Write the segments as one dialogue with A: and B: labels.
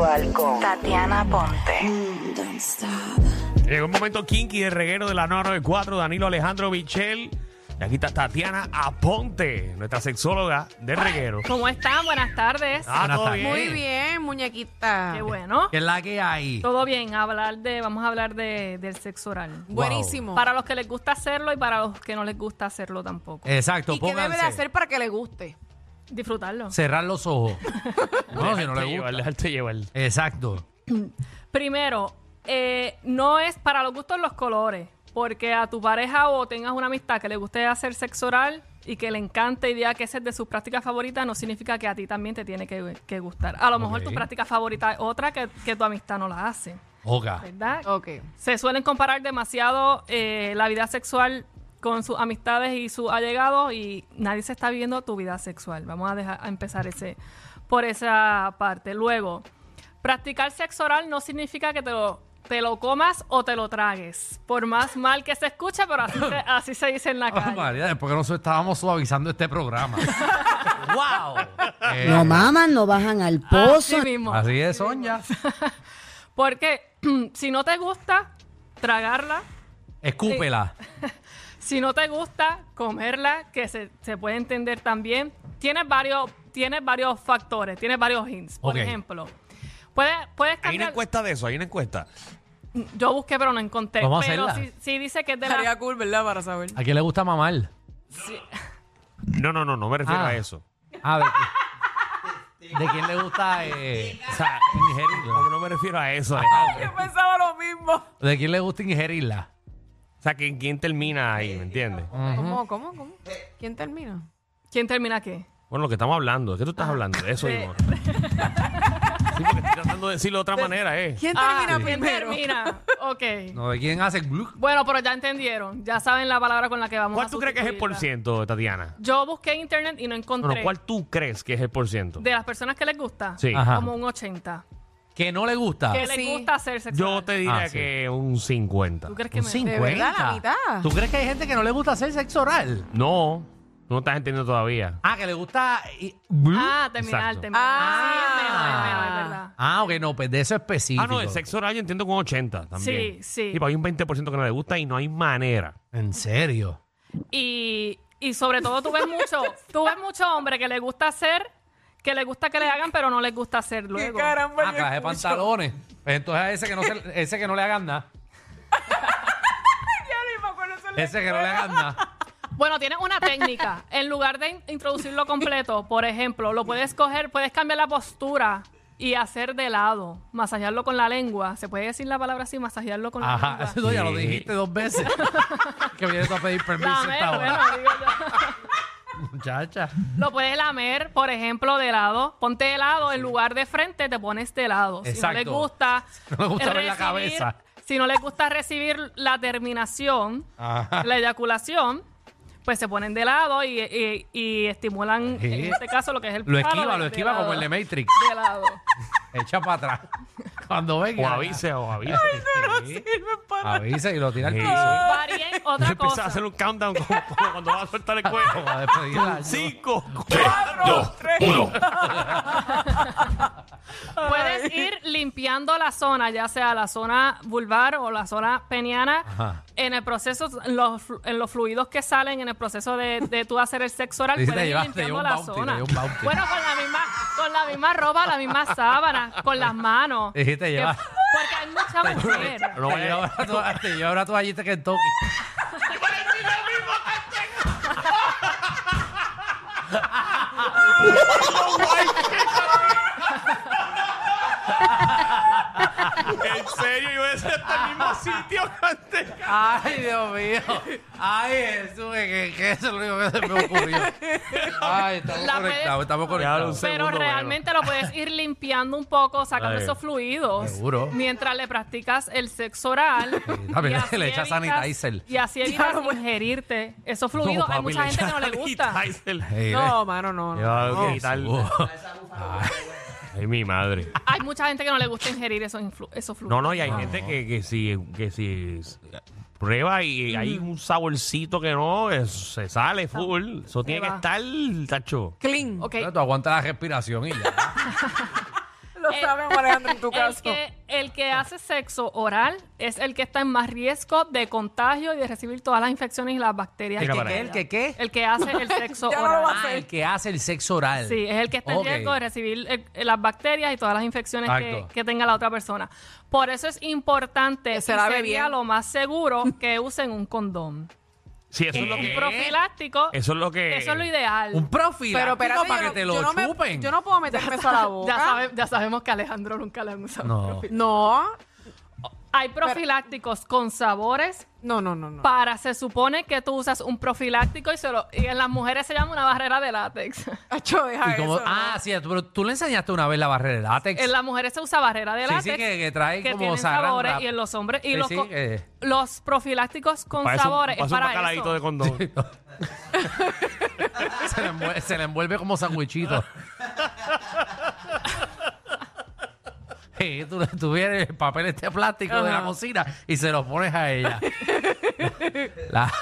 A: Digital con Tatiana Ponte.
B: Llegó un momento kinky del reguero de la 994, Danilo Alejandro Michel. Y aquí está Tatiana Aponte, nuestra sexóloga de reguero.
C: ¿Cómo están? Buenas tardes.
B: Ah, todo bien.
D: Muy bien, muñequita.
C: Qué bueno.
E: ¿Qué es la que hay?
C: Todo bien, hablar de, vamos a hablar de, del sexo oral.
D: Buenísimo.
C: Para los que les gusta hacerlo y para los que no les gusta hacerlo tampoco.
E: Exacto,
D: ¿Y qué debe de
E: pónganse.
D: hacer para que le guste?
C: Disfrutarlo.
E: Cerrar los ojos. no, si no
B: Dejarte
E: le
B: llevar,
E: gusta.
B: dejarte llevar.
E: Exacto.
C: Primero, eh, no es para los gustos los colores, porque a tu pareja o tengas una amistad que le guste hacer sexo oral y que le encante y diga que esa es de sus prácticas favoritas, no significa que a ti también te tiene que, que gustar. A lo mejor
E: Ok.
C: tu práctica favorita es otra que, que tu amistad no la hace,
E: Oga.
C: ¿verdad?
D: Ok.
C: Se suelen comparar demasiado eh, la vida sexual con sus amistades y sus allegados y nadie se está viviendo tu vida sexual. Vamos a, dejar, a empezar ese, por esa parte. Luego, practicar sexo oral no significa que te lo, te lo comas o te lo tragues. Por más mal que se escuche, pero así se, así se dice en la
E: Ah,
C: calle.
E: María, después que nosotros estábamos suavizando este programa. ¡Wow!
F: No maman, no bajan al
C: Ah,
F: pozo.
C: Así mismo.
E: Así es, Sonia.
C: Porque si no te gusta tragarla,
E: Escúpela.
C: Si no te gusta comerla, que se, se puede entender también, tienes varios, tienes varios factores, tienes varios hints. Por
E: Ok.
C: ejemplo, puedes, puedes
B: Hay una
C: cambiar.
B: encuesta de eso, hay una encuesta.
C: Yo busqué, pero no encontré.
E: Vamos a
C: pero
E: hacerla.
C: sí, sí dice que es de
D: Estaría
C: la.
D: cool, ¿verdad? Para saber.
E: ¿A quién le gusta mamar?
B: No, no, no, no me refiero
E: Ah.
B: a eso.
E: Ah, de, ¿de quién le gusta eh, o sea,
B: No,
E: ingerirla?
B: no me refiero a eso. Alejandro.
D: Yo pensaba lo mismo.
E: ¿De quién le gusta ingerirla?
B: o sea, que quién termina ahí, ¿me entiendes?
D: ¿Cómo, cómo, cómo? ¿Quién termina?
C: ¿Quién termina qué?
B: Bueno, lo que estamos hablando, ¿de qué tú estás hablando? De eso
C: de-
B: mismo. Sí, porque estoy tratando de decirlo de otra manera, ¿eh?
D: ¿Quién
C: Ah,
D: termina
C: ¿quién
D: primero?
C: termina? Ok.
E: No, ¿de quién hace gluc?
C: Bueno, pero ya entendieron. Ya saben la palabra con la que vamos a
B: ¿Cuál tú crees que es el por
C: sustituirla.
B: ciento, Tatiana?
C: Yo busqué en internet y no encontré.
B: Bueno, ¿cuál tú crees que es el por ciento?
C: De las personas que les gusta,
B: Sí.
E: Ajá.
C: como un 80.
E: ¿Que no le
B: Ah.
E: gusta?
C: Que les
D: Sí.
C: gusta hacer sexo.
B: Yo
C: oral.
B: te diría
E: Ah, sí.
B: que un 50.
C: ¿Tú crees que
E: Un
C: me-
E: 50.
D: ¿De verdad? ¿La mitad?
E: ¿Tú crees que hay gente que no le gusta hacer sexo oral?
B: No, no estás entendiendo todavía.
E: Ah, que le gusta. y-
C: Ah, terminar,
B: Exacto.
C: terminar.
D: Ah.
C: Sí, es menos, es menos, es verdad.
E: Ah, ok, no, pues de eso específico.
B: Ah, no, el sexo oral yo entiendo con 80 también.
C: Sí, sí.
B: Y pues hay un 20% que no le gusta y no hay manera.
E: En serio.
C: Y, y sobre todo tú ves mucho, tú ves mucho hombre que le gusta hacer, que le gusta que le hagan, pero no les gusta hacer
D: ¿Qué
C: luego.
D: caramba
E: Ah,
D: yo
E: caja de
D: escucho?
E: pantalones. Pues entonces a ese que no, se- ese que no le hagan nada.
D: Ya ni me acuerdo eso en la
E: Ese que no le
D: escuela.
E: hagan nada.
C: Bueno, tienes una técnica. En lugar de in- introducirlo completo, por ejemplo, lo puedes coger, puedes cambiar la postura y hacer de lado, masajearlo con la lengua. Se puede decir la palabra así, masajearlo con
E: Ajá,
C: la
E: eso
C: lengua.
E: no, ya lo
B: Sí.
E: dijiste dos veces. que vienes tú a pedir permiso
C: Lamer,
E: esta hora.
C: Ah, bueno, digo yo.
E: Muchacha.
C: Lo puedes lamer, por ejemplo, de lado. Ponte de lado, en lugar de frente te pones de lado. Si no
E: Exacto.
C: les gusta,
E: Si no les gusta ver la cabeza.
C: Si no les gusta recibir la terminación,
E: Ajá.
C: la eyaculación, pues se ponen de lado y, y- y estimulan,
E: Sí.
C: en este caso, lo que es el
E: Lo
C: palo
E: esquiva,
C: de-
E: lo
C: de
E: esquiva
C: lado.
E: como el de Matrix.
C: De lado.
E: Echa para atrás. Cuando venga.
B: O avise, o avise.
E: Sí.
D: Sirven para-
E: Avisa y lo tira al
B: Sí.
E: piso.
C: Varíen otra
B: Empieza a hacer un
C: cosa.
B: countdown como, como cuando vas a soltar el cuerpo.
E: Como a despedirla.
B: Cinco,
D: Dos, tres.
C: Puedes ir limpiando la zona, ya sea la zona vulvar o la zona peniana,
E: Ajá.
C: en el proceso, en los, flu- en los fluidos que salen en el proceso de, de tú hacer el sexo oral,
E: Sí, te
C: puedes ir
E: lleva- te
C: limpiando
E: lleva un
C: la
E: bounty, te
C: zona.
E: lleva un bounty.
C: Bueno, con la misma, con la misma ropa, la misma sábana, con las manos.
E: Sí, te
C: Que-
E: lleva-
C: Porque hay mucha mujer.
B: No
E: No,
B: vaya-
E: te lleva una toallita que en Toki.
B: En serio, yo voy a hacer hasta el mismo sitio que antes.
E: Ay, Dios mío. Ay, Jesús, que, que eso es lo único que se me ocurrió. Ay, estamos
C: La puedes-
E: conectados, estamos
B: Ya lo
E: conectados.
B: sé.
C: Pero
B: segundo
C: realmente lo puedes ir limpiando un poco, sacando
B: Ay.
C: esos fluidos.
E: Seguro.
C: Mientras le practicas el sexo oral.
E: también
C: Y así
E: le echas
C: evitas-
E: sanitizer.
C: Y así evitas ingerirte esos fluidos. Hay
E: papi,
C: mucha
E: le
C: gente que no le gusta.
E: Ey,
D: No, mano, no. no.
B: Yo, ¿qué
E: Jesús.
B: tal? Ay, mi madre.
C: Hay mucha gente que no le gusta ingerir esos, influ- esos
B: No,
C: fluidos.
B: Ah, no, y hay gente que, que si, que si prueba y hay un saborcito que Mm. no, es- se sale full. Eso tiene que
C: va.
B: estar, tacho.
D: Clean.
C: Ok,
E: Pero Tú aguantas la respiración y ya.
D: Los sabemos, Alejandro, en tu
C: El
D: caso.
C: que, el que hace sexo oral es el que está en más riesgo de contagio y de recibir todas las infecciones y las bacterias.
B: Mira
C: que
B: para allá.
C: queden.
E: ¿El que qué?
C: El que hace el sexo
D: Ya no lo
C: oral.
D: va a
E: Ah, el que hace el sexo oral.
C: Sí, es el que está
E: Ok.
C: en riesgo de recibir eh, las bacterias y todas las infecciones que,
E: Exacto.
C: que tenga la otra persona. Por eso es importante
D: Que se
C: y
D: lave
C: sería
D: bien.
C: lo más seguro que usen un condón.
B: Sí, eso es lo
C: Un
B: que.
C: profiláctico,
B: Eso es lo que.
C: eso es lo ideal.
E: Un
D: Pero
E: profiláctico
D: espérate, yo
E: para
D: no-
E: que te
D: yo
E: lo
D: no me-
E: chupen.
D: yo no puedo meterme eso a la boca.
C: ya, sabe- ya sabemos que a Alejandro nunca le han usado.
E: No.
C: profiláctico.
D: No,
C: Hay profilácticos con sabores
D: no, no, no. no.
C: para, se supone que tú usas un profiláctico y, se lo- y en las mujeres se llama una barrera de látex.
D: Acho, deja
E: Y como-
D: eso, ¿no?
E: ah, sí, tú- pero tú le enseñaste una vez la barrera de látex.
C: En las mujeres se usa barrera de
E: Sí,
C: látex.
E: sí, que- que trae como
C: tienen
E: sagrán
C: sabores
E: rap.
C: y en los hombres. Y
E: Sí,
C: los,
E: sí, eh.
C: co-
E: que-
C: los profilácticos con
B: Para eso,
C: sabores
B: para
C: es
B: un
C: para
B: bacalaíto
C: eso.
B: de condón.
E: se, le envuelve, se le envuelve como sandwichito. Sí, tú, tú vienes el papel este plástico de la
D: Ajá.
E: cocina y se lo pones a ella. La-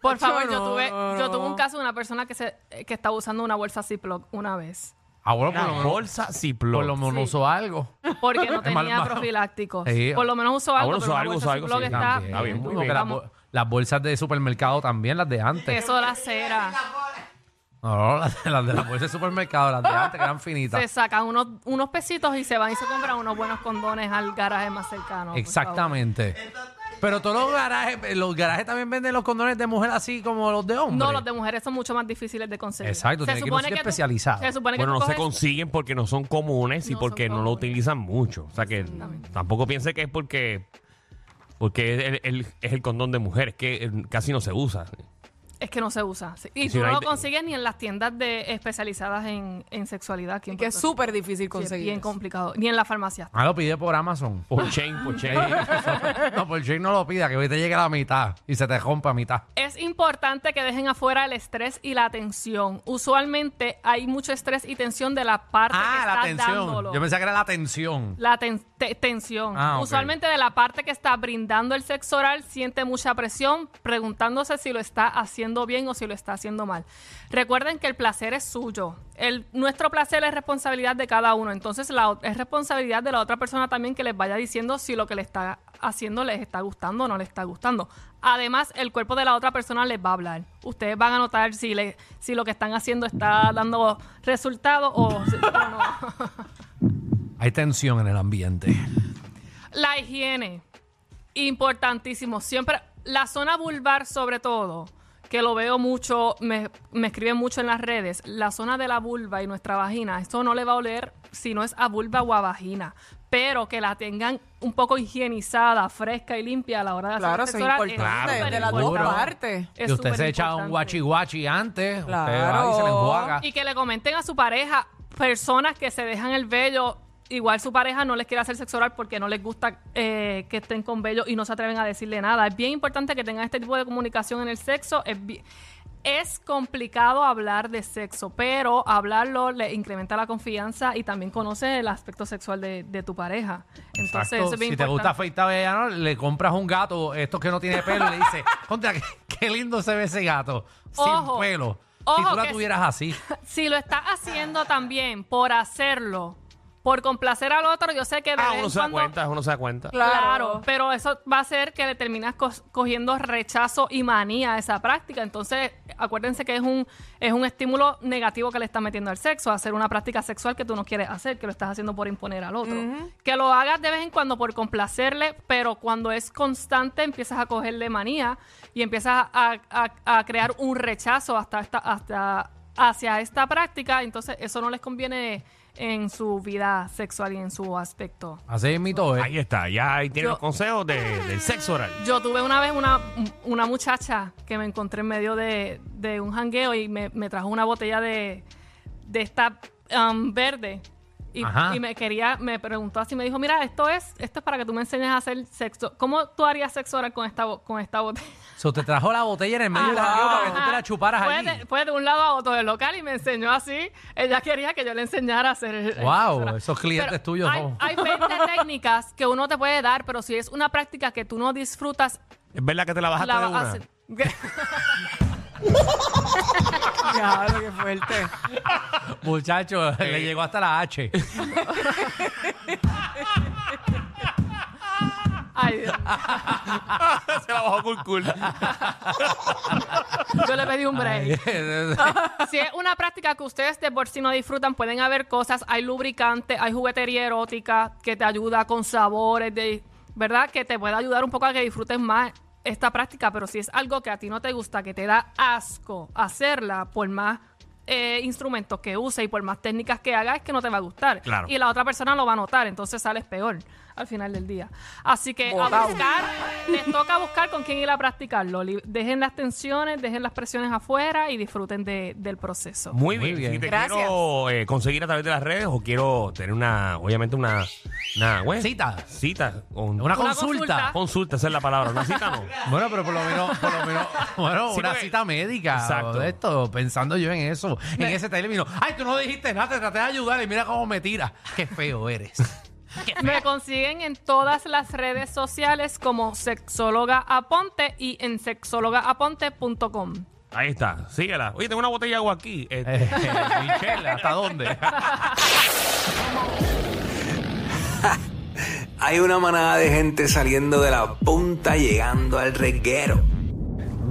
C: Por
D: Acho,
C: favor, yo
D: no,
C: tuve, yo
D: no.
C: tuve un caso de una persona que se eh, que estaba usando una bolsa Ziploc una vez.
E: Ah, bueno, por lo
B: Una
E: menos-
B: bolsa Ziploc.
E: por lo menos usó algo.
C: Porque no
E: Es malo,
C: tenía
E: malo.
C: profilácticos.
E: Sí.
C: Por lo menos usó
B: Ah, bueno,
C: algo,
B: usó
C: pero una
B: algo,
C: bolsa
B: usó algo,
C: Ziploc
B: sí,
C: está...
B: también. Está bien, muy
E: Como
B: bien.
E: que las,
C: Vamos.
E: bol- las bolsas de supermercado también, las de antes.
C: Eso la cera.
E: No, no, las de, las de la bolsa de supermercado, las de antes que eran finitas.
C: Se sacan unos, unos pesitos y se van y se compran unos buenos condones al garaje más cercano. por
E: Exactamente. Pero todos los garajes, los garajes también venden los condones de mujer así como los de
C: favor.
E: hombre.
C: No, los de mujeres son mucho más difíciles de conseguir.
E: Exacto, tiene que ir a un sitio
C: tú-
E: especializado.
C: Se supone que
B: Bueno,
C: tú
B: no se
C: coges-
B: consiguen porque no son comunes y
C: No
B: porque
C: son
B: no lo
C: comunes.
B: utilizan mucho. O sea que tampoco piense que es porque porque es el, el- es el condón de mujeres, que eh, casi no se usa.
C: Es que no se usa. sí. Y
B: Si
C: tú
B: no
C: no
B: hay
C: lo
B: de-
C: consigues ni en las tiendas de especializadas en, en sexualidad. aquí en
D: Y que es
C: Puerto Rico.
D: súper difícil
C: Sí, es
D: conseguir.
C: bien
D: eso.
C: complicado. Ni en las farmacias.
E: Ah, lo pide por Amazon.
B: Por chain, por chain.
E: no, por Jake no lo pida, que hoy te llegue a la mitad y se te rompa a mitad.
C: Es importante que dejen afuera el estrés y la tensión. Usualmente hay mucho estrés y tensión de la parte que
E: Ah,
C: está
E: la tensión.
C: dándolo.
E: Yo pensaba que era la tensión.
C: La ten- te- tensión.
E: Ah, ok.
C: Usualmente de la parte que está brindando el sexo oral siente mucha presión, preguntándose si lo está haciendo bien o si lo está haciendo mal. Recuerden que el placer es suyo. El, nuestro placer es responsabilidad de cada uno. Entonces la, ot- es responsabilidad de la otra persona también que les vaya diciendo si lo que le está haciendo les está gustando o no les está gustando. Además, el cuerpo de la otra persona les va a hablar. Ustedes van a notar si, le, si lo que están haciendo está dando resultados o si- o no.
E: Hay tensión en el ambiente.
C: La higiene, importantísimo. Siempre, la zona vulvar sobre todo, que lo veo mucho, me, me escriben mucho en las redes, la zona de la vulva y nuestra vagina, esto no le va a oler si no es a vulva o a vagina, pero que la tengan un poco higienizada, fresca y limpia a la hora de hacer
D: Claro,
C: el
D: eso
C: sexo
D: es
C: oral,
D: importante.
B: Claro,
D: de las dos
E: seguro.
D: partes.
C: es
E: y usted se echa
C: superimportante.
E: un guachi guachi antes, usted va y
D: Claro.
E: se le
B: Ah.
E: enjuaga.
C: Y que le comenten a su pareja, personas que se dejan el vello, igual su pareja no les quiere hacer sexo oral porque no les gusta eh, que estén con vello y no se atreven a decirle nada. Es bien importante que tengan este tipo de comunicación en el sexo. Es, bi- es complicado hablar de sexo, pero hablarlo le incrementa la confianza y también conoce el aspecto sexual de, de tu pareja. Entonces,
E: Exacto.
C: eso es bien
E: si te
C: importante.
E: gusta afeitar vegano, le compras un gato, estos que no tiene pelo, y le dices, contra, qué, qué lindo se ve ese gato, sin
C: Ojo.
E: pelo. si
C: Ojo
E: tú la
C: que-
E: tuvieras así.
C: Si lo estás haciendo también por hacerlo, por complacer al otro, yo sé que de
B: ah,
C: vez
B: uno
C: en
B: se da
C: cuando-
B: cuenta, uno se da cuenta.
C: Claro.
D: Claro.
C: pero eso va a ser que le terminas co- cogiendo rechazo y manía a esa práctica. Entonces, acuérdense que es un, es un estímulo negativo que le estás metiendo al sexo, hacer una práctica sexual que tú no quieres hacer, que lo estás haciendo por imponer al otro. Que lo hagas de vez en cuando por complacerle, pero cuando es constante empiezas a cogerle manía y empiezas a, a- a crear un rechazo hasta, esta- hasta hacia esta práctica. Entonces, eso no les conviene en su vida sexual y en su aspecto.
E: Así es mito, ¿eh?
B: Ahí está, ya ahí tiene
C: Yo-
B: los consejos de- del sexo oral.
C: Yo tuve una vez una, una muchacha que me encontré en medio de, de un jangueo y me, me trajo una botella de, de esta um, verde. Y,
E: Ajá.
C: y me quería, me preguntó así, me dijo, mira, esto es, esto es para que tú me enseñes a hacer sexo. ¿Cómo tú harías sexo oral con esta, bo- con esta botella?
E: So, te trajo la botella en el medio de la río para que tú te la chuparas
C: fue
E: allí.
C: De, fue de un lado a otro del local y me enseñó así. Ella quería que yo le enseñara a hacer. el-
E: Wow,
C: el-
E: esos clientes
C: Pero
E: tuyos
C: Hay,
E: son-
C: hay 20 técnicas que uno te puede dar, pero si es una práctica que tú no disfrutas,
E: Ah,
B: Es verdad que te la bajaste
C: la
B: de
C: va-
B: una.
C: hace-
D: Diablo, qué fuerte.
E: Muchachos, le
B: Eh.
E: llegó hasta la H.
C: Ay, Dios.
B: Se la bajó cool cool.
C: Yo le pedí un break. Si es una práctica que ustedes de por sí no disfrutan, pueden haber cosas, hay lubricante, hay juguetería erótica que te ayuda con sabores, de, ¿verdad? Que te puede ayudar un poco a que disfrutes más esta práctica, pero si es algo que a ti no te gusta, que te da asco hacerla, por más eh, instrumentos que use y por más técnicas que haga, es que no te va a gustar.
B: Claro.
C: Y la otra persona lo va a notar, entonces sales peor al final del día. Así que a
D: Botao.
C: buscar, les toca buscar con quién ir a practicarlo. Li- Dejen las tensiones, dejen las presiones afuera y disfruten de- del proceso.
B: Muy
E: Muy
B: bien.
E: bien.
B: Si te
D: Gracias.
B: quiero eh, conseguir a través de las redes o quiero tener una, obviamente, una, una bueno,
E: Cita.
B: Cita. con-
E: Una,
C: Una
E: consulta.
C: consulta.
B: consulta, esa es la palabra. Una cita no.
E: Bueno, pero por lo menos, por lo menos, bueno,
B: Sí,
E: una
B: porque-
E: cita médica.
B: Exacto.
E: Exacto. De esto, pensando yo en eso, en ese término. Ay, tú no dijiste nada, te traté de ayudar y mira cómo me tiras. Qué feo eres.
C: Me consiguen en todas las redes sociales como Sexóloga Aponte y en sexólogaaponte.com.
B: Ahí está. Síguela. Oye, tengo una botella de agua aquí. Este,
E: Eh, Michelle, ¿hasta dónde?
G: Hay una manada de gente saliendo de la punta llegando al reguero.